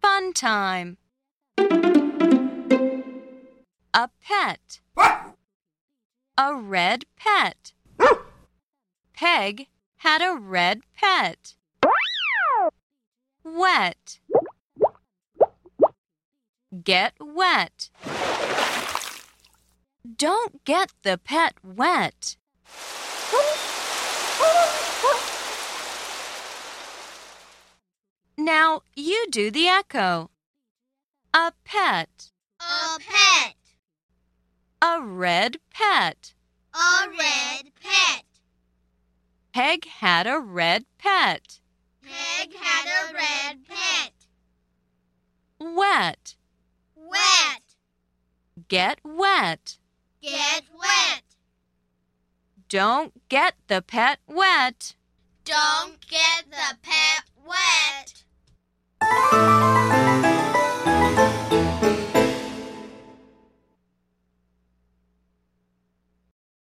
fun time. A pet. A red pet. Peg had a red pet. Wet. Get wet. Don't get the pet wet. Now you do the echo. A pet, A pet. a red pet. A red pet. Peg had a red pet. Peg had a red pet. Wet, Wet. get wet. Get wet. Don't get the pet wet. Don't get the pet wet.